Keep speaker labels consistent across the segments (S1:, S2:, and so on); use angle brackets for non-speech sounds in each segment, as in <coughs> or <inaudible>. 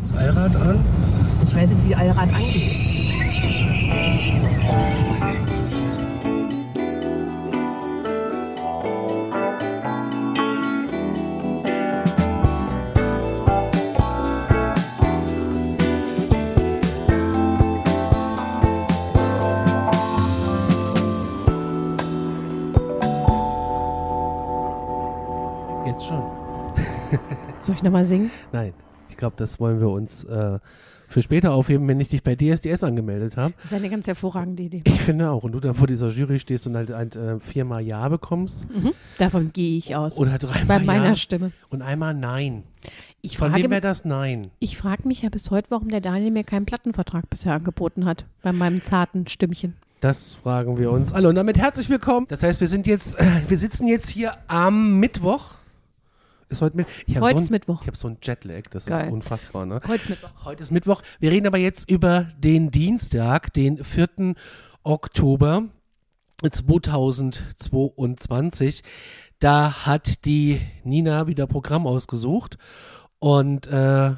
S1: Das Allrad an.
S2: Ich weiß nicht, wie Allrad angeht.
S1: Jetzt schon.
S2: Soll ich nochmal singen?
S1: Nein. Ich glaube, das wollen wir uns äh, für später aufheben, wenn ich dich bei DSDS angemeldet habe.
S2: Das ist eine ganz hervorragende Idee.
S1: Ich finde auch. Und du dann vor dieser Jury stehst und halt, halt äh, viermal Ja bekommst.
S2: Davon gehe ich aus.
S1: Oder dreimal
S2: Bei meiner
S1: Ja.
S2: Stimme.
S1: Und einmal Nein.
S2: Ich
S1: Von
S2: frage,
S1: wem wäre
S2: mich-
S1: das Nein?
S2: ich frage mich ja bis heute, warum der Daniel mir keinen Plattenvertrag bisher angeboten hat. Bei meinem zarten Stimmchen.
S1: Das fragen wir uns alle. Und damit herzlich willkommen. Das heißt, wir sind jetzt, äh, wir sitzen jetzt hier am Mittwoch. Ist heute mit. Ich hab
S2: Heute
S1: so ein,
S2: ist Mittwoch.
S1: Ich habe so ein Jetlag. Das
S2: Geil.
S1: ist unfassbar, ne?
S2: Kreuzmittwoch.
S1: Heute ist Mittwoch. Wir reden aber jetzt über den Dienstag, den 4. Oktober 2022. Da hat die Nina wieder Programm ausgesucht. Und äh,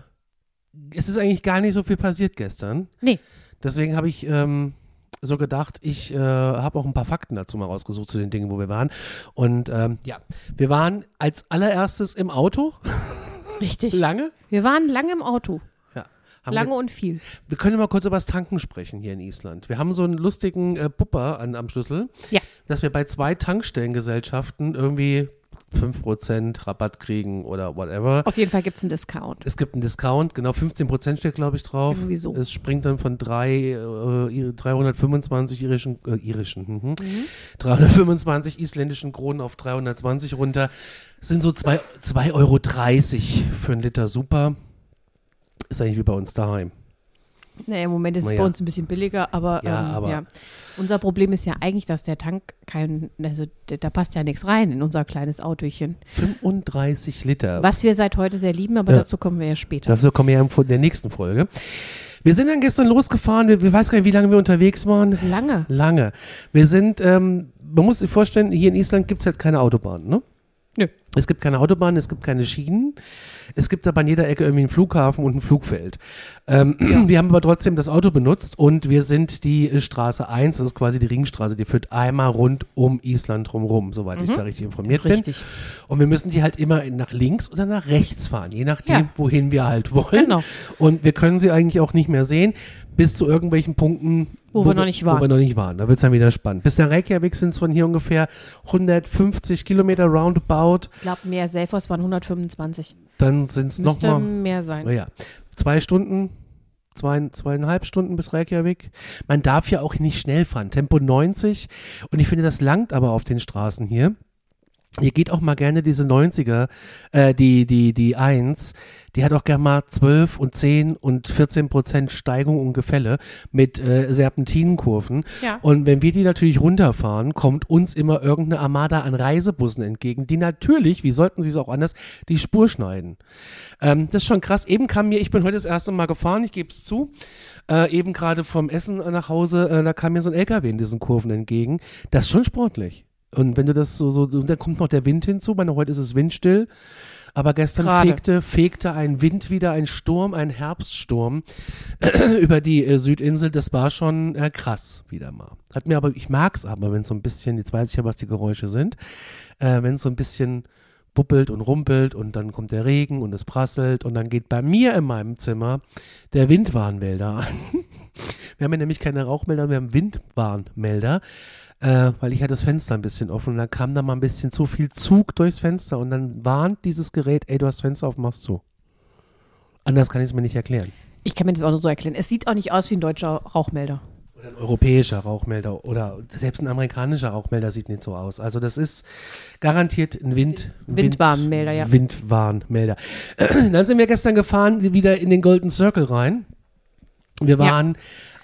S1: es ist eigentlich gar nicht so viel passiert gestern.
S2: Nee.
S1: Deswegen habe ich ähm, so gedacht, ich äh, habe auch ein paar Fakten dazu mal rausgesucht, zu den Dingen, wo wir waren. Und ähm, ja, wir waren als allererstes im Auto, <laughs>
S2: Richtig.
S1: lange.
S2: Wir waren lange im Auto.
S1: Ja. Haben wir
S2: Lange und viel.
S1: Wir können mal kurz über das Tanken sprechen hier in Island. Wir haben so einen lustigen äh, Pupper an, am Schlüssel,
S2: Ja.
S1: dass wir bei zwei Tankstellengesellschaften irgendwie 5% Rabatt kriegen oder whatever.
S2: Auf jeden Fall gibt es einen Discount.
S1: Es gibt einen Discount, genau 15% steht, glaube ich, drauf.
S2: Irgendwie so.
S1: Es springt dann von drei, äh, 325 irischen, äh, irischen mhm. 325 isländischen Kronen auf 320 runter. Das sind so zwei- 2,30 Euro für einen Liter Super. Ist eigentlich wie bei uns daheim.
S2: Naja, im Moment ist es
S1: Naja.
S2: bei uns ein bisschen billiger, aber,
S1: Ja,
S2: ähm,
S1: aber-
S2: ja. unser Problem ist ja eigentlich, dass der Tank kein, also d- da passt ja nichts rein in unser kleines Autochen.
S1: 35 Liter.
S2: Was wir seit heute sehr lieben, aber
S1: Ja.
S2: dazu kommen wir ja später.
S1: Dafür kommen wir ja in der nächsten Folge. Wir sind dann gestern losgefahren. Wir, wir weiß gar nicht, wie lange wir unterwegs waren.
S2: Lange.
S1: Lange. Wir sind, ähm, man muss sich vorstellen, hier in Island gibt es halt keine Autobahn, ne?
S2: Nö.
S1: Es gibt keine Autobahn, es gibt keine Schienen. Es gibt aber an jeder Ecke irgendwie einen Flughafen und ein Flugfeld. Ähm, <clears throat> Wir haben aber trotzdem das Auto benutzt und wir sind die äh, Straße 1, das ist quasi die Ringstraße, die führt einmal rund um Island drumherum, soweit ich da richtig informiert bin.
S2: Mhm. Richtig.
S1: Und wir müssen die halt immer in- nach links oder nach rechts fahren, je nachdem,
S2: Ja.
S1: wohin wir halt wollen.
S2: Genau.
S1: Und wir können sie eigentlich auch nicht mehr sehen, bis zu irgendwelchen Punkten,
S2: Wo wir noch nicht waren.
S1: Wo wir noch nicht waren. Da wird es dann wieder spannend. Bis nach Reykjavik sind es von hier ungefähr 150 Kilometer roundabout.
S2: Ich glaube, mehr Selfos waren 125.
S1: Dann sind es
S2: Müsste
S1: nochmal,
S2: mehr sein.
S1: naja, zwei Stunden. Zwei, zweieinhalb Stunden bis Reykjavik. Man darf ja auch nicht schnell fahren. Tempo 90. Und ich finde, das langt aber auf den Straßen hier. Hier geht auch mal gerne diese 90er, äh, die, die, die 1, die hat auch gerne mal 12 und 10 und 14 Prozent Steigung und Gefälle mit äh, Serpentinenkurven.
S2: Ja.
S1: Und wenn wir die natürlich runterfahren, kommt uns immer irgendeine Armada an Reisebussen entgegen, die natürlich, wie sollten sie es auch anders, die Spur schneiden. Ähm, das ist schon krass. Eben kam mir, ich bin heute das erste Mal gefahren, ich gebe es zu, äh, eben gerade vom Essen nach Hause, äh, da kam mir so ein LKW in diesen Kurven entgegen. Das ist schon sportlich. Und wenn du das so, so und dann kommt noch der Wind hinzu, meine heute ist es windstill, aber gestern
S2: Gerade.
S1: fegte, fegte ein Wind wieder, ein Sturm, ein Herbststurm <clears throat> über die äh, Südinsel, das war schon äh, krass wieder mal. Hat mir aber, ich mag's aber, wenn so ein bisschen, jetzt weiß ich ja, was die Geräusche sind, äh, wenn so ein bisschen buppelt und rumpelt und dann kommt der Regen und es prasselt und dann geht bei mir in meinem Zimmer der Windwarnmelder an. <laughs> Wir haben ja nämlich keine Rauchmelder, wir haben Windwarnmelder, äh, weil ich hatte das Fenster ein bisschen offen und dann kam da mal ein bisschen zu viel Zug durchs Fenster und dann warnt dieses Gerät, ey, du hast das Fenster auf, machst zu. Anders kann ich es mir nicht erklären.
S2: Ich kann mir das Auto so erklären. Es sieht auch nicht aus wie ein deutscher Rauchmelder.
S1: Oder ein europäischer Rauchmelder oder selbst ein amerikanischer Rauchmelder sieht nicht so aus. Also das ist garantiert ein Wind,
S2: Windwarnmelder, ja.
S1: Windwarnmelder. <clears throat> Dann sind wir gestern gefahren, wieder in den Golden Circle rein. Wir
S2: Ja.
S1: waren,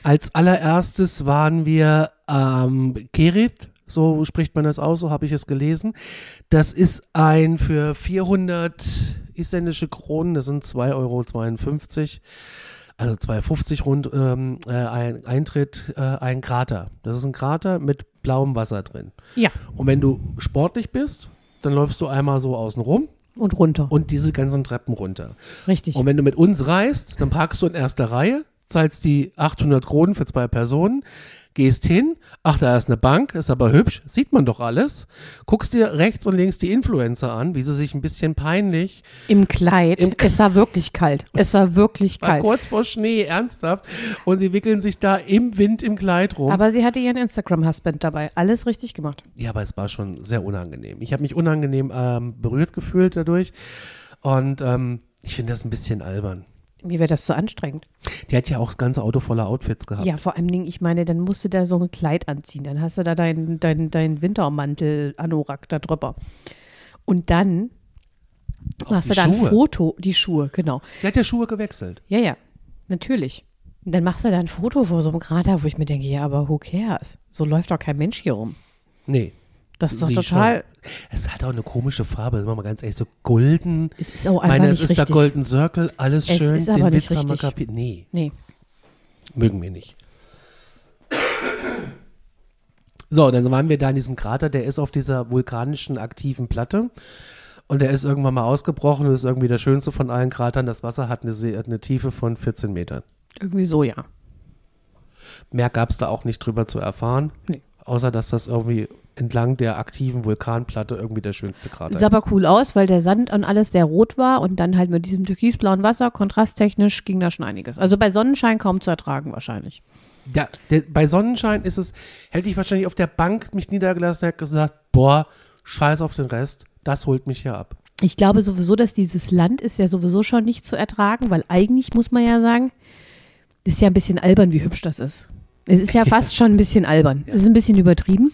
S1: als allererstes waren wir am Kerit, so spricht man das aus, so habe ich es gelesen. Das ist ein für 400 isländische Kronen, das sind 2,52 Euro, also 2,50 rund ähm, äh, ein Eintritt, äh, ein Krater. Das ist ein Krater mit blauem Wasser drin.
S2: Ja.
S1: Und wenn du sportlich bist, dann läufst du einmal so außen rum
S2: Und runter.
S1: und diese ganzen Treppen runter.
S2: Richtig.
S1: Und wenn du mit uns reist, dann parkst du in erster Reihe, zahlst die 800 Kronen für zwei Personen, gehst hin, ach, da ist eine Bank, ist aber hübsch, sieht man doch alles, guckst dir rechts und links die Influencer an, wie sie sich ein bisschen peinlich,
S2: Im Kleid. es war wirklich kalt. Es war wirklich
S1: war
S2: kalt.
S1: kurz vor Schnee, ernsthaft, und sie wickeln sich da im Wind im Kleid rum.
S2: Aber sie hatte ihren Instagram-Husband dabei. Alles richtig gemacht.
S1: ja, aber es war schon sehr unangenehm. Ich habe mich unangenehm ähm, berührt gefühlt dadurch und ähm, ich finde das ein bisschen albern.
S2: Mir wäre das zu anstrengend.
S1: Die hat ja auch das ganze Auto voller Outfits gehabt.
S2: Ja, vor allem Dingen, ich meine, dann musst du da so ein Kleid anziehen. Dann hast du da deinen dein, dein Wintermantel, Anorak da drüber. Und dann machst du
S1: die
S2: da ein
S1: Schuhe.
S2: Foto, die Schuhe, genau.
S1: Sie hat ja Schuhe gewechselt.
S2: Ja, ja, natürlich. Und dann machst du da ein Foto vor so einem Krater, wo ich mir denke, ja, aber who cares? So läuft doch kein Mensch hier rum.
S1: Nee.
S2: Das ist doch
S1: sie
S2: total.
S1: schon. Es hat auch eine komische Farbe, sind wir mal ganz ehrlich, so golden.
S2: Es ist auch einfach
S1: Meine, es
S2: nicht
S1: ist
S2: richtig.
S1: der Golden Circle, alles
S2: Es
S1: schön,
S2: ist
S1: den
S2: aber nicht
S1: Witz haben wir
S2: richtig.
S1: kapiert. Nee,
S2: Nee,
S1: mögen wir nicht. So, dann waren wir da in diesem Krater, der ist auf dieser vulkanischen aktiven Platte und der ist irgendwann mal ausgebrochen und ist irgendwie der schönste von allen Kratern. Das Wasser hat eine, See, hat eine Tiefe von 14 Metern.
S2: irgendwie so, ja.
S1: Mehr gab es da auch nicht drüber zu erfahren,
S2: Nee.
S1: außer dass das irgendwie entlang der aktiven Vulkanplatte irgendwie der schönste Krater
S2: Sah aber cool aus, weil der Sand und alles sehr rot war und dann halt mit diesem türkisblauen Wasser, kontrasttechnisch ging da schon einiges. Also bei Sonnenschein kaum zu ertragen wahrscheinlich.
S1: Ja, der, bei Sonnenschein ist es, hätte ich wahrscheinlich auf der Bank mich niedergelassen, hätte gesagt, boah, scheiß auf den Rest, das holt mich hier ab.
S2: Ich glaube sowieso, dass dieses Land ist ja sowieso schon nicht zu ertragen, weil eigentlich muss man ja sagen, ist ja ein bisschen albern, wie hübsch das ist. Es ist <laughs> ja fast schon ein bisschen albern. Es ist ein bisschen übertrieben.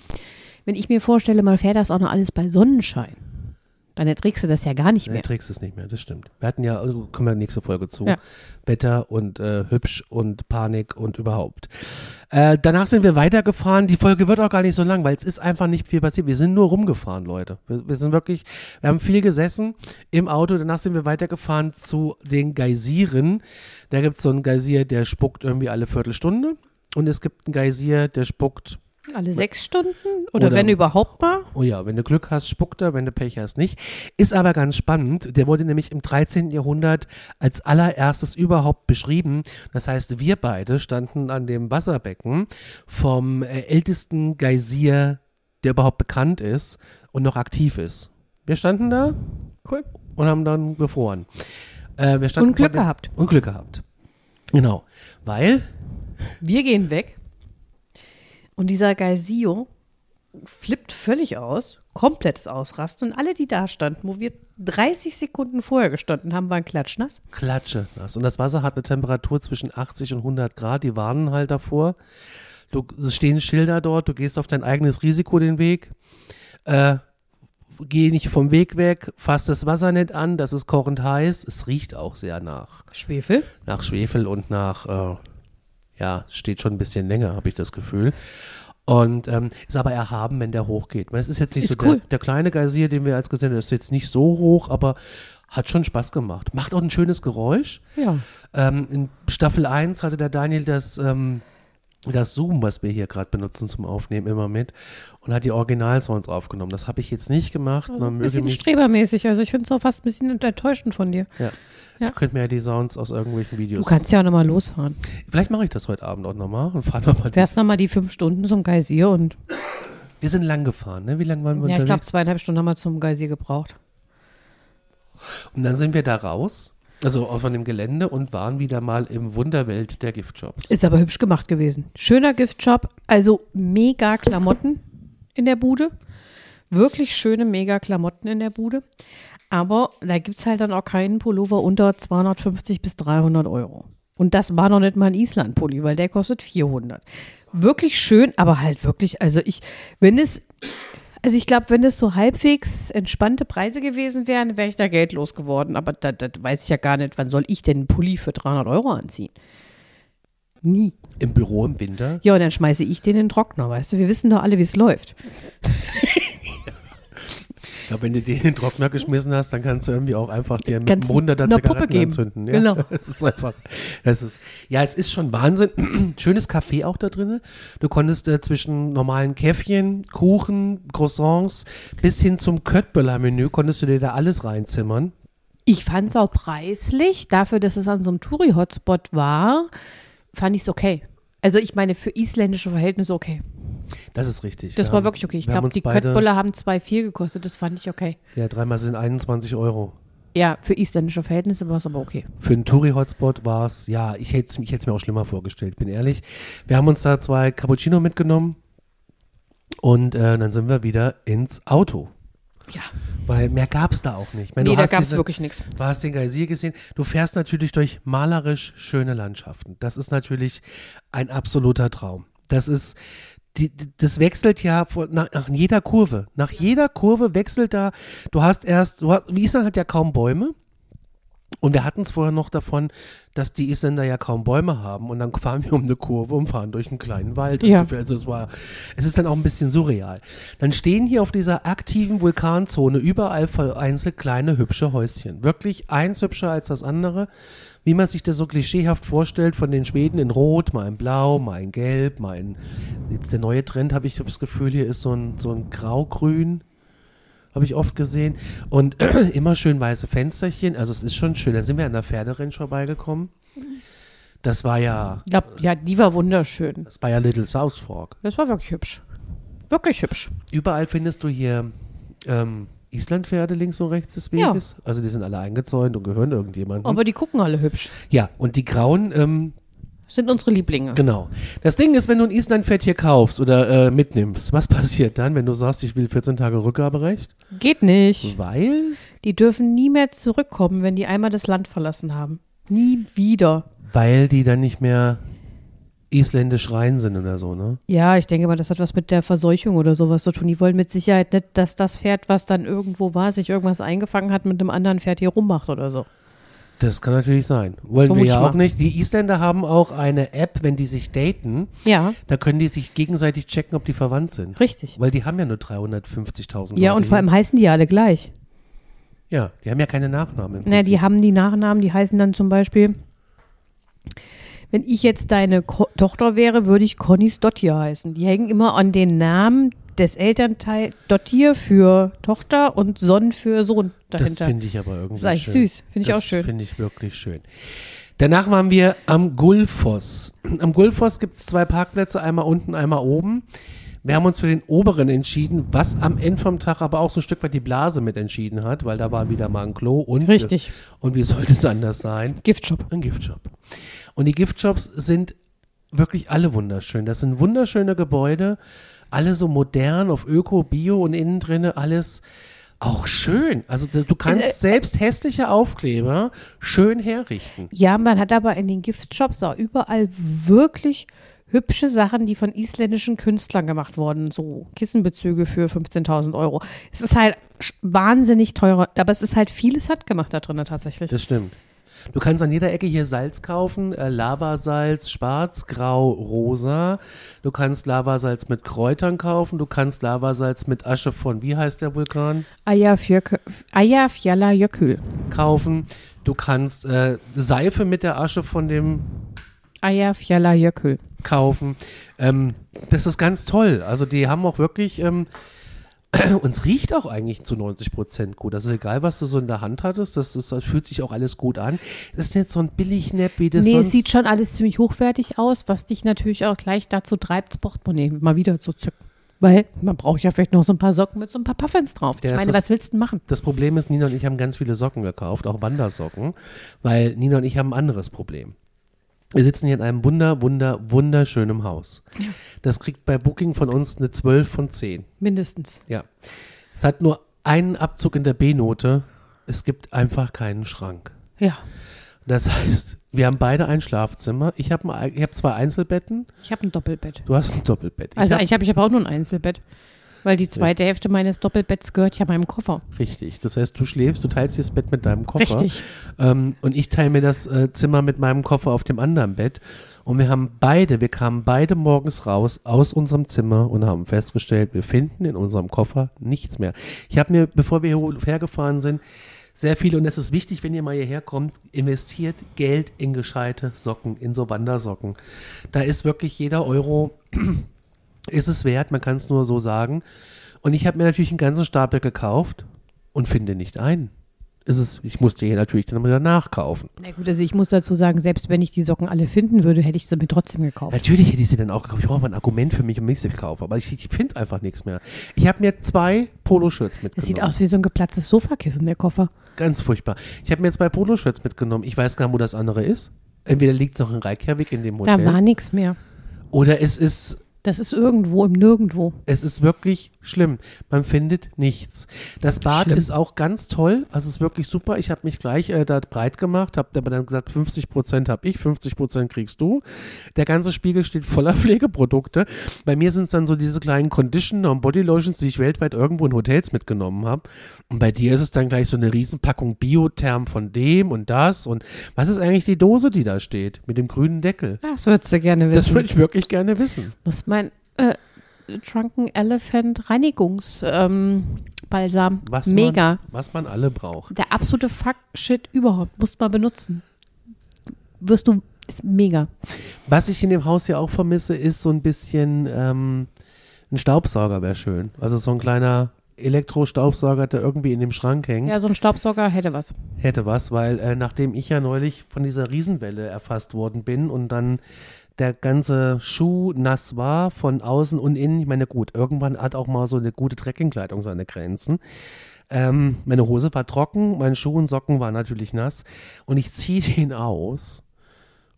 S2: Wenn ich mir vorstelle, mal fährt das auch noch alles bei Sonnenschein, dann erträgst du das ja gar nicht
S1: Nee.
S2: mehr.
S1: Trägst es nicht mehr, das stimmt. Wir hatten ja, also kommen wir nächste Folge zu,
S2: Ja.
S1: Wetter und äh, hübsch und Panik und überhaupt. Äh, danach sind wir weitergefahren, die Folge wird auch gar nicht so lang, weil es ist einfach nicht viel passiert. Wir sind nur rumgefahren, Leute. Wir, wir sind wirklich, wir haben viel gesessen im Auto, danach sind wir weitergefahren zu den Geysiren. Da gibt es so einen Geysir, der spuckt irgendwie alle Viertelstunde. Und es gibt einen Geysir, der spuckt
S2: Alle sechs Stunden oder,
S1: Oder-
S2: wenn überhaupt mal.
S1: Oh ja, wenn du Glück hast, spuckt er, wenn du Pech hast, nicht. Ist aber ganz spannend. Der wurde nämlich im 13. Jahrhundert als allererstes überhaupt beschrieben. Das heißt, wir beide standen an dem Wasserbecken vom äh, ältesten Geysir, der überhaupt bekannt ist und noch aktiv ist. Wir standen da
S2: Cool.
S1: und haben dann gefroren. Äh, wir standen
S2: Und Glück
S1: vor dem-
S2: gehabt.
S1: Und Glück gehabt. Genau. Weil
S2: Wir gehen weg. Und dieser Geisio flippt völlig aus, komplettes Ausrasten. Und alle, die da standen, wo wir 30 Sekunden vorher gestanden haben, waren klatschnass.
S1: Klatsche nass. Und das Wasser hat eine Temperatur zwischen 80 und 100 Grad. Die warnen halt davor. Du, es stehen Schilder dort. Du gehst auf dein eigenes Risiko den Weg. Äh, geh nicht vom Weg weg. Fass das Wasser nicht an. Das ist kochend heiß. Es riecht auch sehr nach,
S2: Schwefel.
S1: nach Schwefel und nach, äh, ja, steht schon ein bisschen länger, habe ich das Gefühl. Und ähm, ist aber erhaben, wenn der hochgeht. Es ist jetzt nicht
S2: Ist
S1: so
S2: cool.
S1: der, der kleine Geysir, den wir jetzt gesehen haben, der ist jetzt nicht so hoch, aber hat schon Spaß gemacht. Macht auch ein schönes Geräusch.
S2: Ja.
S1: Ähm, in Staffel 1 hatte der Daniel das, ähm, das Zoom, was wir hier gerade benutzen zum Aufnehmen, immer mit und hat die Originalsounds aufgenommen. Das habe ich jetzt nicht gemacht.
S2: Also
S1: Man
S2: ein
S1: möge
S2: bisschen
S1: mich,
S2: strebermäßig. Also ich finde es auch fast ein bisschen enttäuschend von dir.
S1: ja.
S2: Ja.
S1: Ich könnte mir ja die Sounds aus irgendwelchen
S2: Du
S1: Videos.
S2: kannst ja auch nochmal losfahren.
S1: Vielleicht mache ich das heute Abend auch nochmal und fahre nochmal.
S2: Fährst nochmal die fünf Stunden zum Geysir und
S1: Wir sind lang gefahren, ne? Wie lange waren wir
S2: ja, ich glaube
S1: unterwegs?
S2: zweieinhalb Stunden haben wir zum Geysir gebraucht.
S1: und dann sind wir da raus, also auch von dem Gelände und waren wieder mal im Wunderwelt der Giftjobs.
S2: Ist aber hübsch gemacht gewesen. Schöner Giftshop, also mega Klamotten in der Bude. Wirklich schöne mega Klamotten in der Bude. Aber da gibt es halt dann auch keinen Pullover unter 250 bis 300 Euro. Und das war noch nicht mal ein Island-Pulli, weil der kostet 400. Wirklich schön, aber halt wirklich, also ich, wenn es, also ich glaube, wenn es so halbwegs entspannte Preise gewesen wären, wäre ich da Geld losgeworden. Aber das, das weiß ich ja gar nicht, wann soll ich denn einen Pulli für 300 Euro anziehen? Nie.
S1: Im Büro im Winter.
S2: Ja, und dann schmeiße ich den in den Trockner, weißt du? Wir wissen doch alle, wie es läuft.
S1: glaube, wenn du den in den Trockner geschmissen hast, dann kannst du irgendwie auch einfach dir mit einem
S2: Kannst
S1: 100er
S2: einer
S1: Zigaretten
S2: Puppe geben.
S1: anzünden. Ja? <laughs>
S2: Genau.
S1: Es ist einfach, das ist, ja, es ist schon Wahnsinn. <clears throat> Schönes Café auch da drin. Du konntest äh, zwischen normalen Käffchen, Kuchen, Croissants bis hin zum Köttböller-Menü konntest du dir da alles reinzimmern.
S2: Ich fand es auch preislich, dafür, dass es an so einem Touri-Hotspot war, fand ich es okay. Also ich meine, für isländische Verhältnisse okay.
S1: Das ist richtig.
S2: Das
S1: ja.
S2: war wirklich okay. Ich
S1: Wir haben
S2: glaube,
S1: uns
S2: die
S1: beide-
S2: Köttbullar haben 2,4 gekostet, das fand ich okay.
S1: Ja, dreimal sind 21 Euro.
S2: Ja, für isländische Verhältnisse war es aber okay.
S1: Für einen Touri-Hotspot war es, ja, ich hätte es ich hätt's mir auch schlimmer vorgestellt, bin ehrlich. Wir haben uns da zwei Cappuccino mitgenommen und äh, dann sind wir wieder ins Auto,
S2: Ja,
S1: weil mehr gab es da auch nicht. Ich meine,
S2: nee,
S1: du
S2: da
S1: hast
S2: gab es
S1: diese-
S2: wirklich nichts.
S1: Du hast den Geysir gesehen. Du fährst natürlich durch malerisch schöne Landschaften. Das ist natürlich ein absoluter Traum. Das ist, die, die- das wechselt ja vor- nach, nach jeder Kurve. Nach jeder Kurve wechselt da. Du hast erst, du hast, wie Island hat ja kaum Bäume. Und wir hatten es vorher noch davon, dass die Isländer ja kaum Bäume haben. Und dann fahren wir um eine Kurve und fahren durch einen kleinen Wald.
S2: Ja.
S1: Ungefähr. Also es war, es ist dann auch ein bisschen surreal. Dann stehen hier auf dieser aktiven Vulkanzone überall vereinzelt kleine hübsche Häuschen. Wirklich eins hübscher als das andere. Wie man sich das so klischeehaft vorstellt von den Schweden in Rot, mal in Blau, mal in Gelb, mal in, jetzt der neue Trend habe ich das Gefühl, hier ist so ein, so ein Grau-Grün habe ich oft gesehen. Und <clears throat> immer schön weiße Fensterchen. Also es ist schon schön. Dann sind wir an der Pferderennschau vorbeigekommen. Das war ja,
S2: Ich glaub, ja, die war wunderschön.
S1: das war ja Little South Fork.
S2: Das war wirklich hübsch. Wirklich hübsch.
S1: Überall findest du hier ähm, Islandpferde links und rechts des
S2: Ja.
S1: Weges. Also die sind alle eingezäunt und gehören irgendjemandem.
S2: Aber die gucken alle hübsch.
S1: ja, und die grauen, ähm,
S2: Sind unsere Lieblinge.
S1: genau. Das Ding ist, wenn du ein Islandpferd hier kaufst oder äh, mitnimmst, was <laughs> passiert dann, wenn du sagst, ich will 14 Tage Rückgaberecht?
S2: Geht
S1: Hm.
S2: nicht.
S1: Weil,
S2: Die dürfen nie mehr zurückkommen, wenn die einmal das Land verlassen haben. Nie wieder.
S1: weil die dann nicht mehr isländisch rein sind oder so, ne?
S2: Ja, ich denke mal, das hat was mit der Verseuchung oder sowas zu tun. Die wollen mit Sicherheit nicht, dass das Pferd, was dann irgendwo war, sich irgendwas eingefangen hat, mit einem anderen Pferd hier rummacht oder so.
S1: Das kann natürlich sein. Wollen
S2: Vermute
S1: wir ja
S2: ich
S1: auch
S2: mal.
S1: nicht. Die Isländer haben auch eine App, wenn die sich daten,
S2: Ja,
S1: da können die sich gegenseitig checken, ob die verwandt sind.
S2: richtig.
S1: Weil die haben ja nur 350.000
S2: Ja,
S1: Leute
S2: und vor
S1: hier.
S2: allem heißen die alle gleich.
S1: Ja, die haben ja keine Nachnamen. im
S2: Na, die
S1: Prinzip.
S2: haben die Nachnamen, die heißen dann zum Beispiel, wenn ich jetzt deine Ko Tochter wäre, würde ich Connys Dottier heißen. Die hängen immer an den Namen des Elternteils Dottier für Tochter und Son für Sohn
S1: das
S2: dahinter.
S1: finde ich aber irgendwie
S2: Sag ich
S1: schön.
S2: süß. Finde ich
S1: das
S2: auch schön.
S1: Finde ich wirklich schön. Danach waren wir am Gulfos. Am Gulfos gibt es zwei Parkplätze, einmal unten, einmal oben. Wir haben uns für den oberen entschieden, was am Ende vom Tag aber auch so ein Stück weit die Blase mit entschieden hat, weil da war wieder mal ein Klo und
S2: Richtig.
S1: Und wie sollte es anders sein?
S2: Giftshop.
S1: Ein Giftshop. Und die Giftshops sind wirklich alle wunderschön. Das sind wunderschöne Gebäude, alle so modern auf Öko, Bio und innen drinne alles auch schön. Also du du kannst selbst hässliche Aufkleber schön herrichten.
S2: Ja, man hat aber in den Giftshops auch überall wirklich hübsche Sachen, die von isländischen Künstlern gemacht wurden. So Kissenbezüge für 15.000 Euro. Es ist halt sch- wahnsinnig teurer, aber es ist halt vieles handgemacht da drin tatsächlich.
S1: Das stimmt. Du kannst an jeder Ecke hier Salz kaufen, äh, Lavasalz, schwarz, grau, rosa. Du kannst Lavasalz mit Kräutern kaufen, du kannst Lavasalz mit Asche von, wie heißt der Vulkan?
S2: Eyjafjalla Jökull.
S1: kaufen. Du kannst äh, Seife mit der Asche von dem
S2: Eyjafjalla Jökull.
S1: kaufen. Ähm, das ist ganz toll. Also die haben auch wirklich, ähm, <clears throat> uns riecht auch eigentlich zu 90 Prozent gut. Also egal, was du so in der Hand hattest, das, ist, das fühlt sich auch alles gut an. Das ist nicht so ein Billignap, wie das
S2: Nee,
S1: sonst
S2: es sieht schon alles ziemlich hochwertig aus, was dich natürlich auch gleich dazu treibt, das Portemonnaie mal wieder zu zücken. Weil man braucht ja vielleicht noch so ein paar Socken mit so ein paar Puffins drauf.
S1: Ja,
S2: ich
S1: es
S2: meine,
S1: ist-
S2: was willst du denn machen?
S1: Das Problem ist, Nina und ich haben ganz viele Socken gekauft, auch Wandersocken, weil Nina und ich haben ein anderes Problem. Wir sitzen hier in einem wunder, wunder, wunderschönen Haus. Das kriegt bei Booking von uns eine 12 von 10.
S2: Mindestens.
S1: Ja. Es hat nur einen Abzug in der B-Note. Es gibt einfach keinen Schrank.
S2: Ja.
S1: Das <laughs> heißt, wir haben beide ein Schlafzimmer. Ich habe ein- ich hab zwei Einzelbetten.
S2: Ich habe ein Doppelbett.
S1: Du hast ein Doppelbett. Ich
S2: Also
S1: hab,
S2: eigentlich habe ich aber auch nur ein Einzelbett. Weil die zweite Hälfte meines Doppelbetts gehört ja meinem Koffer.
S1: Richtig. Das heißt, du schläfst, du teilst dir das Bett mit deinem Koffer.
S2: Richtig.
S1: Ähm, und ich teile mir das äh, Zimmer mit meinem Koffer auf dem anderen Bett. Und wir haben beide, wir kamen beide morgens raus aus unserem Zimmer und haben festgestellt, wir finden in unserem Koffer nichts mehr. Ich habe mir, bevor wir hierher gefahren sind, sehr viel, und das ist wichtig, wenn ihr mal hierher kommt, investiert Geld in gescheite Socken, in so Wandersocken. Da ist wirklich jeder Euro <clears throat> ist es wert, man kann es nur so sagen. Und ich habe mir natürlich einen ganzen Stapel gekauft und finde nicht ein. Ist es, ich musste hier natürlich dann wieder nachkaufen.
S2: Na gut, also ich muss dazu sagen, selbst wenn ich die Socken alle finden würde, hätte ich sie mir trotzdem gekauft.
S1: Natürlich hätte ich sie dann auch gekauft. Ich brauche mal ein Argument für mich, um mich zu kaufen. Aber ich, ich finde einfach nichts mehr. Ich habe mir zwei Poloshirts mitgenommen.
S2: Das sieht aus wie so ein geplatztes Sofakissen, der Koffer.
S1: Ganz furchtbar. Ich habe mir zwei Poloshirts mitgenommen. Ich weiß gar nicht, wo das andere ist. Entweder liegt es noch in Reykjavik in dem
S2: Da war
S1: Hotel.
S2: nichts mehr.
S1: Oder es ist
S2: Das ist irgendwo im Nirgendwo.
S1: Es ist wirklich schlimm. Man findet nichts. Das Bad
S2: Schlimm.
S1: ist auch ganz toll. Also es ist wirklich super. Ich habe mich gleich äh, da breit gemacht, habe aber dann gesagt, 50 Prozent habe ich, 50 Prozent kriegst du. Der ganze Spiegel steht voller <laughs> Pflegeprodukte. Bei mir sind es dann so diese kleinen Conditioner und Bodylotions, die ich weltweit irgendwo in Hotels mitgenommen habe. Und bei dir ist es dann gleich so eine Riesenpackung Biotherm von dem und das. Und was ist eigentlich die Dose, die da steht mit dem grünen Deckel?
S2: Das würdest du gerne
S1: Das
S2: wissen.
S1: würde ich wirklich gerne wissen.
S2: Das ist mein äh, Drunken Elephant Reinigungsbalsam. Ähm, Balsam.
S1: Was
S2: Mega.
S1: Man, was man alle braucht.
S2: Der absolute Fuck-Shit überhaupt. Musst mal benutzen. Wirst du. Ist mega.
S1: Was ich in dem Haus ja auch vermisse, ist so ein bisschen ähm, ein Staubsauger wäre schön. Also so ein kleiner Elektrostaubsauger, der irgendwie in dem Schrank hängt,
S2: Ja, so ein Staubsauger hätte was.
S1: hätte was, weil äh, nachdem ich ja neulich von dieser Riesenwelle erfasst worden bin und dann der ganze Schuh nass war von außen und innen, ich meine gut, irgendwann hat auch mal so eine gute Trekkingkleidung seine Grenzen. Ähm, meine Hose war trocken, mein Schuh und Socken waren natürlich nass und ich ziehe <laughs> den aus.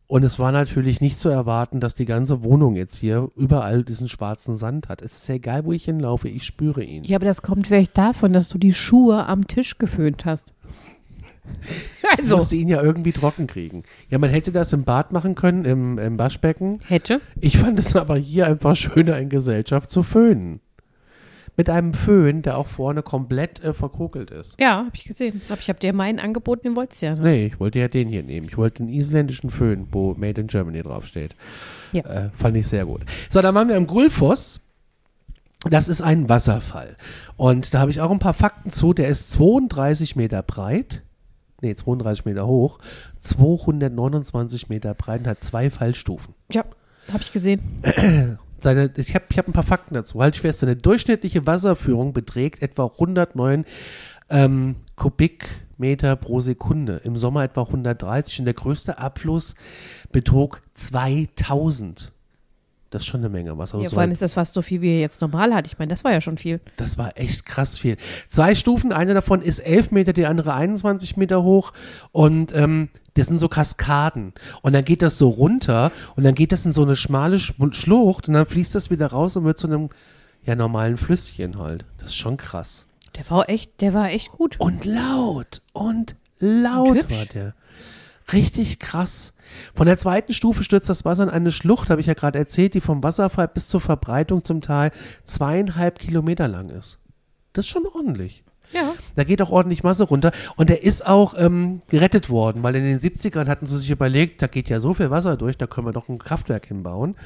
S1: Und es war natürlich nicht zu erwarten, dass die ganze Wohnung jetzt hier überall diesen schwarzen Sand hat. Es ist ja egal, wo ich hinlaufe, ich spüre ihn.
S2: Ja, aber das kommt vielleicht davon, dass du die Schuhe am Tisch geföhnt <laughs> hast.
S1: <laughs> Ich
S2: Also.
S1: musste ihn ja irgendwie trocken kriegen. Ja, man hätte das im Bad machen können, im, im Waschbecken.
S2: Hätte.
S1: Ich fand es aber hier einfach schöner in Gesellschaft zu föhnen. Mit einem Föhn, der auch vorne komplett äh, verkokelt ist.
S2: Ja, habe ich gesehen. Aber ich habe dir meinen angeboten, den wolltest du ja. Ne?
S1: Nee, ich wollte ja den hier nehmen. Ich wollte den isländischen Föhn, wo Made in Germany draufsteht.
S2: Ja.
S1: Äh, fand ich sehr gut. So, dann waren wir am Gulfoss. Das ist ein Wasserfall. Und da habe ich auch ein paar Fakten zu. Der ist 32 Meter breit. Nee, 32 Meter hoch. 229 Meter breit und hat zwei Fallstufen.
S2: Ja, habe ich gesehen.
S1: Seine, ich habe ich hab ein paar Fakten dazu. Halt fest, seine durchschnittliche Wasserführung beträgt etwa 109 ähm, Kubikmeter pro Sekunde. Im Sommer etwa 130 und der größte Abfluss betrug 2000. Das ist schon eine Menge Wasser.
S2: Ja,
S1: So
S2: vor allem
S1: ein-
S2: ist das fast so viel, wie er jetzt normal hat. Ich meine, das war ja schon viel.
S1: das war echt krass viel. Zwei Stufen, eine davon ist 11 Meter, die andere 21 Meter hoch. Und ähm, das sind so Kaskaden. Und dann geht das so runter und dann geht das in so eine schmale Schm- Schlucht und dann fließt das wieder raus und wird zu einem ja, normalen Flüsschen halt. Das ist schon krass.
S2: Der war echt, der war echt gut.
S1: Und laut. Und laut
S2: Und hübsch.
S1: war der. Richtig krass. Von der zweiten Stufe stürzt das Wasser in eine Schlucht, habe ich ja gerade erzählt, die vom Wasserfall bis zur Verbreitung zum Tal zweieinhalb Kilometer lang ist. Das ist schon ordentlich.
S2: Ja.
S1: Da geht auch ordentlich Masse runter. Und der ist auch ähm, gerettet worden, weil in den 70ern hatten sie sich überlegt, da geht ja so viel Wasser durch, da können wir doch ein Kraftwerk hinbauen.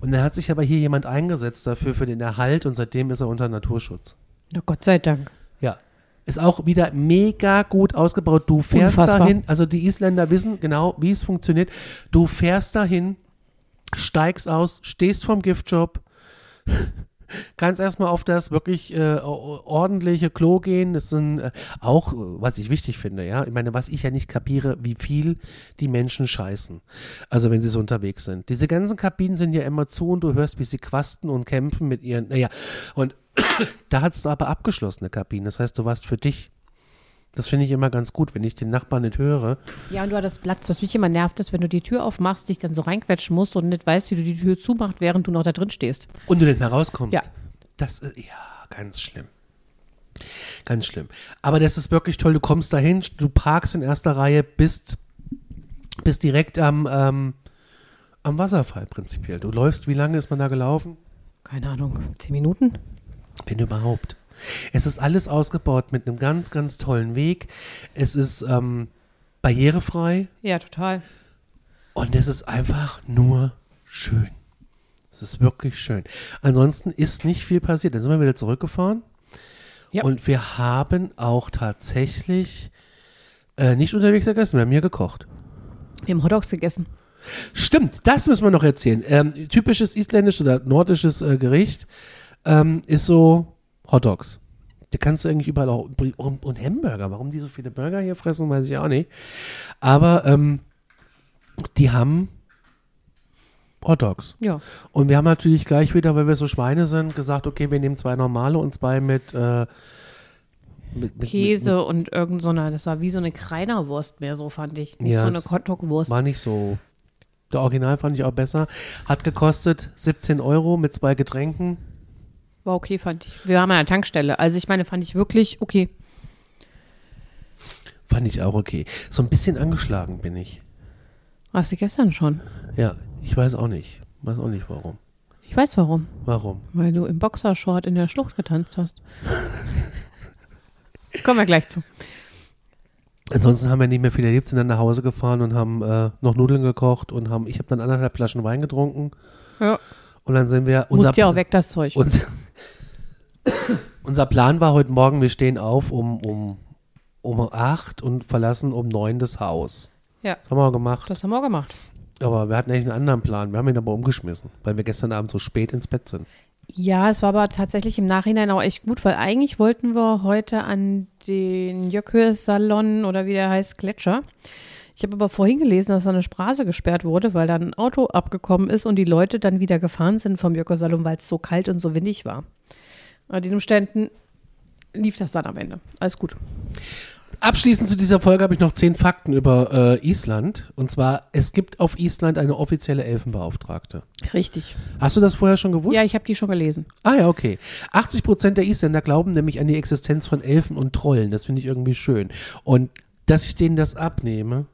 S1: Und dann hat sich aber hier jemand eingesetzt dafür, für den Erhalt und seitdem ist er unter Naturschutz.
S2: Na Gott sei Dank.
S1: Ja. Ist auch wieder mega gut ausgebaut. Du fährst
S2: Unfassbar.
S1: dahin, also die Isländer wissen genau, wie es funktioniert. Du fährst dahin, steigst aus, stehst vom Giftjob, <laughs> kannst erstmal auf das wirklich äh, o- ordentliche Klo gehen. Das sind äh, auch, äh, was ich wichtig finde, ja. Ich meine, was ich ja nicht kapiere, wie viel die Menschen scheißen. Also wenn sie so unterwegs sind. Diese ganzen Kabinen sind ja immer zu und du hörst, wie sie quasten und kämpfen mit ihren, naja, und da hattest du aber abgeschlossene Kabinen. Das heißt, du warst für dich. Das finde ich immer ganz gut, wenn ich den Nachbarn nicht höre.
S2: Ja, und du hattest Platz. Was mich immer nervt, ist, wenn du die Tür aufmachst, dich dann so reinquetschen musst und nicht weißt, wie du die Tür zumacht, während du noch da drin stehst.
S1: Und du nicht mehr rauskommst.
S2: Ja.
S1: Das ist, ja, ganz schlimm. Ganz schlimm. Aber das ist wirklich toll. Du kommst dahin, du parkst in erster Reihe, bist, bist direkt am, ähm, am Wasserfall prinzipiell. Du läufst, wie lange ist man da gelaufen?
S2: Keine Ahnung, zehn Minuten?
S1: Wenn überhaupt. Es ist alles ausgebaut mit einem ganz, ganz tollen Weg. Es ist ähm, barrierefrei
S2: Ja, total.
S1: und es ist einfach nur schön. Es ist wirklich schön. Ansonsten ist nicht viel passiert. Dann sind wir wieder zurückgefahren.
S2: Ja.
S1: Und wir haben auch tatsächlich äh, nicht unterwegs gegessen, wir haben hier gekocht.
S2: Wir haben Hotdogs gegessen.
S1: Stimmt, das müssen wir noch erzählen. Ähm, typisches isländisches oder nordisches äh, Gericht ähm, ist so Hotdogs. Da kannst du eigentlich überall auch. Und, und Hamburger. Warum die so viele Burger hier fressen, weiß ich auch nicht. Aber ähm, die haben Hotdogs.
S2: Ja.
S1: Und wir haben natürlich gleich wieder, weil wir so Schweine sind, gesagt: Okay, wir nehmen zwei normale und zwei mit. Äh, mit, mit
S2: Käse und irgend so eine, das war wie so eine Kreinerwurst mehr, so fand ich. Nicht
S1: Ja,
S2: so eine
S1: es-
S2: Hotdog-Wurst.
S1: War nicht so. Der Original fand ich auch besser. Hat gekostet 17 Euro mit zwei Getränken.
S2: War okay, fand ich. Wir waren an der Tankstelle. Also ich meine, fand ich wirklich okay.
S1: Fand ich auch okay. So ein bisschen angeschlagen bin ich.
S2: Warst du gestern schon?
S1: Ja, ich weiß auch nicht. Weiß auch nicht warum.
S2: Ich weiß warum.
S1: Warum?
S2: Weil du im Boxershort in der Schlucht
S1: <laughs>
S2: getanzt hast. Kommen wir gleich zu.
S1: Ansonsten haben wir nicht mehr viel erlebt, sind dann nach Hause gefahren und haben äh, noch Nudeln gekocht und haben, ich habe dann anderthalb Flaschen Wein getrunken
S2: Ja.
S1: und dann sind wir, unser,
S2: Musst ja auch weg, das Zeug.
S1: Unser, <coughs> unser Plan war heute Morgen, wir stehen auf um, um, um acht und verlassen um neun das Haus.
S2: Ja,
S1: Haben wir gemacht.
S2: das haben wir auch gemacht.
S1: Aber wir hatten eigentlich einen anderen Plan. Wir haben ihn aber umgeschmissen, weil wir gestern Abend so spät ins Bett sind.
S2: Ja, es war aber tatsächlich im Nachhinein auch echt gut, weil eigentlich wollten wir heute an den Jökö-Salon oder wie der heißt, Gletscher. Ich habe aber vorhin gelesen, dass da eine Straße gesperrt wurde, weil da ein Auto abgekommen ist und die Leute dann wieder gefahren sind vom Jökö-Salon, weil es so kalt und so windig war. Unter den Umständen lief das dann am Ende. Alles gut.
S1: Abschließend zu dieser Folge habe ich noch zehn Fakten über äh, Island. Und zwar, es gibt auf Island eine offizielle Elfenbeauftragte.
S2: Richtig.
S1: Hast du das vorher schon gewusst?
S2: Ja, ich habe die schon gelesen.
S1: ah ja, okay. 80 Prozent der Isländer glauben nämlich an die Existenz von Elfen und Trollen. Das finde ich irgendwie schön. Und dass ich denen das abnehme,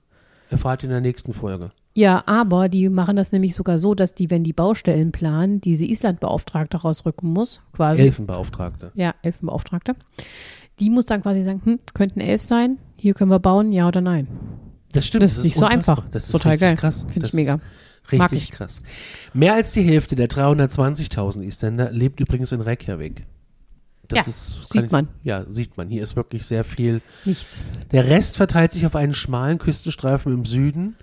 S1: erfahrt ihr in der nächsten Folge.
S2: Ja, aber die machen das nämlich sogar so, dass die, wenn die Baustellen planen, diese Islandbeauftragte rausrücken muss, quasi.
S1: Elfenbeauftragte.
S2: ja, Elfenbeauftragte, die muss dann quasi sagen, hm, könnten elf sein, hier können wir bauen, ja oder nein.
S1: Das stimmt.
S2: Das ist nicht so
S1: unfassbar.
S2: einfach.
S1: Das ist
S2: Total
S1: richtig
S2: geil.
S1: krass.
S2: Finde ich
S1: Das
S2: mega.
S1: Richtig
S2: Mag ich.
S1: krass. Mehr als die Hälfte der 320.000 Isländer lebt übrigens in Reykjavik.
S2: Ja, sieht
S1: kann
S2: man.
S1: Ja, sieht man. Hier ist wirklich sehr viel.
S2: Nichts.
S1: Der Rest verteilt sich auf einen schmalen Küstenstreifen im Süden.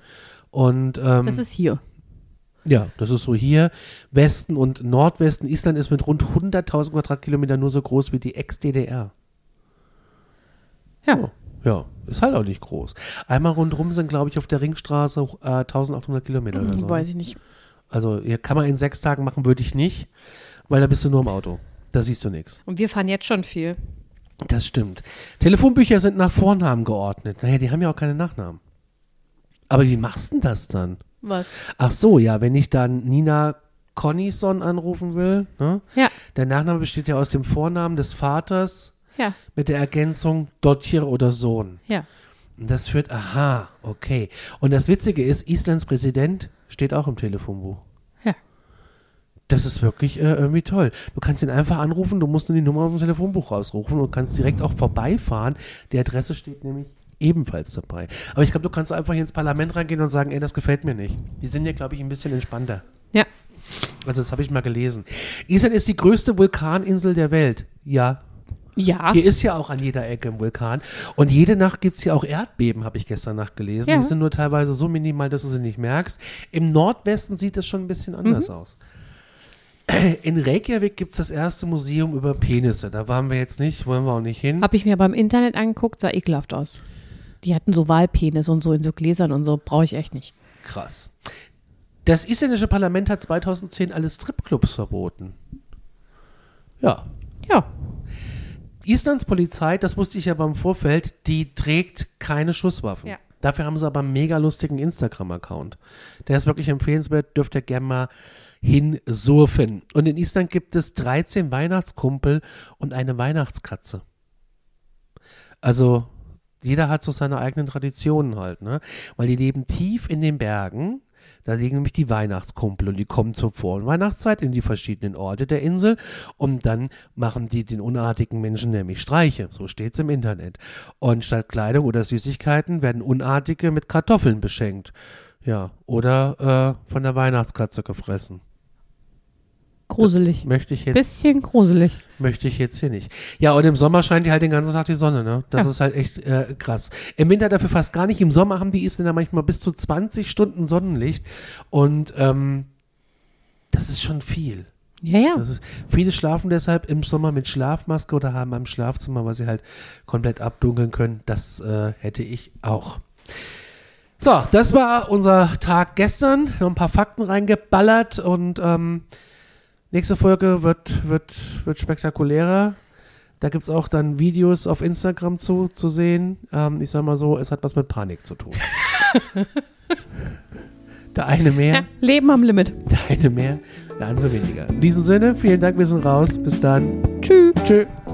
S1: Und ähm,
S2: Das ist hier.
S1: ja, das ist so hier. Westen und Nordwesten. Island ist mit rund 100.000 Quadratkilometern nur so groß wie die Ex-DDR. oh,
S2: Ja.
S1: Ja, ist halt auch nicht groß. Einmal rundherum sind, glaube ich, auf der Ringstraße äh, 1800 Kilometer oder so. ne?
S2: Hm, Mhm, Weiß ich nicht.
S1: Also hier kann man in sechs Tagen machen, würde ich nicht, weil da bist du nur im Auto. Da siehst du nichts.
S2: Und wir fahren jetzt schon viel.
S1: Das stimmt. Telefonbücher sind nach Vornamen geordnet. Naja, die haben ja auch keine Nachnamen. Aber wie machst denn das dann?
S2: Was?
S1: Ach so, ja, wenn ich dann Nina Connison anrufen will, ne?
S2: Ja,
S1: Der Nachname besteht ja aus dem Vornamen des Vaters
S2: ja,
S1: mit der Ergänzung Dottir oder Sohn.
S2: ja.
S1: Und das führt, aha, okay. Und das Witzige ist, Islands Präsident steht auch im Telefonbuch.
S2: Ja.
S1: Das ist wirklich äh, irgendwie toll. Du kannst ihn einfach anrufen, du musst nur die Nummer aus dem Telefonbuch rausrufen und kannst direkt auch vorbeifahren. Die Adresse steht nämlich ebenfalls dabei. Aber ich glaube, du kannst einfach hier ins Parlament reingehen und sagen, ey, das gefällt mir nicht. Die sind hier, glaube ich, ein bisschen entspannter.
S2: Ja.
S1: Also das habe ich mal gelesen. Island ist die größte Vulkaninsel der Welt. Ja,
S2: Ja.
S1: hier ist ja auch an jeder Ecke ein Vulkan. Und jede Nacht gibt es hier auch Erdbeben, habe ich gestern Nacht gelesen.
S2: Ja.
S1: Die sind nur teilweise so minimal, dass du sie nicht merkst. Im Nordwesten sieht es schon ein bisschen anders aus. <clears throat> In Reykjavik gibt es das erste Museum über Penisse. Da waren wir jetzt nicht, wollen wir auch nicht hin.
S2: Habe ich mir beim Internet angeguckt, sah ekelhaft aus. Die hatten so Walpenis und so in so Gläsern und so, brauche ich echt nicht.
S1: Krass. Das isländische Parlament hat 2010 alle Stripclubs verboten. Ja,
S2: Ja.
S1: Islands Polizei, das wusste ich ja beim Vorfeld, die trägt keine Schusswaffen.
S2: Ja.
S1: Dafür haben sie aber einen mega lustigen Instagram-Account. Der ist wirklich empfehlenswert, dürft ihr gerne mal hinsurfen. Und in Island gibt es 13 Weihnachtskumpel und eine Weihnachtskatze. Also jeder hat so seine eigenen Traditionen halt, ne? Weil die leben tief in den Bergen Da liegen nämlich die Weihnachtskumpel und die kommen zur Vor- und Weihnachtszeit in die verschiedenen Orte der Insel und dann machen die den unartigen Menschen nämlich Streiche. So steht's im Internet. Und statt Kleidung oder Süßigkeiten werden Unartige mit Kartoffeln beschenkt. Ja, oder äh, von der Weihnachtskatze gefressen.
S2: Gruselig.
S1: Möchte ich jetzt
S2: Bisschen gruselig.
S1: Möchte ich jetzt hier nicht. Ja, und im Sommer scheint die halt den ganzen Tag die Sonne, ne? Das ist halt echt äh, krass. Im Winter dafür fast gar nicht. Im Sommer haben die Isländer manchmal bis zu 20 Stunden Sonnenlicht. Und ähm, das ist schon viel.
S2: Ja, ja.
S1: Das ist, viele schlafen deshalb im Sommer mit Schlafmaske oder haben am Schlafzimmer, weil sie halt komplett abdunkeln können. Das äh, hätte ich auch. So, das war unser Tag gestern. Noch ein paar Fakten reingeballert und ähm, nächste Folge wird, wird, wird spektakulärer. Da gibt es auch dann Videos auf Instagram zu, zu sehen. Ähm, ich sag mal so, es hat was mit Panik zu tun. der eine mehr.
S2: <laughs> ja. Leben am Limit.
S1: Der eine mehr, der andere weniger. In diesem Sinne, vielen Dank, wir sind raus. Bis dann.
S2: Tschüss.
S1: Tschüss.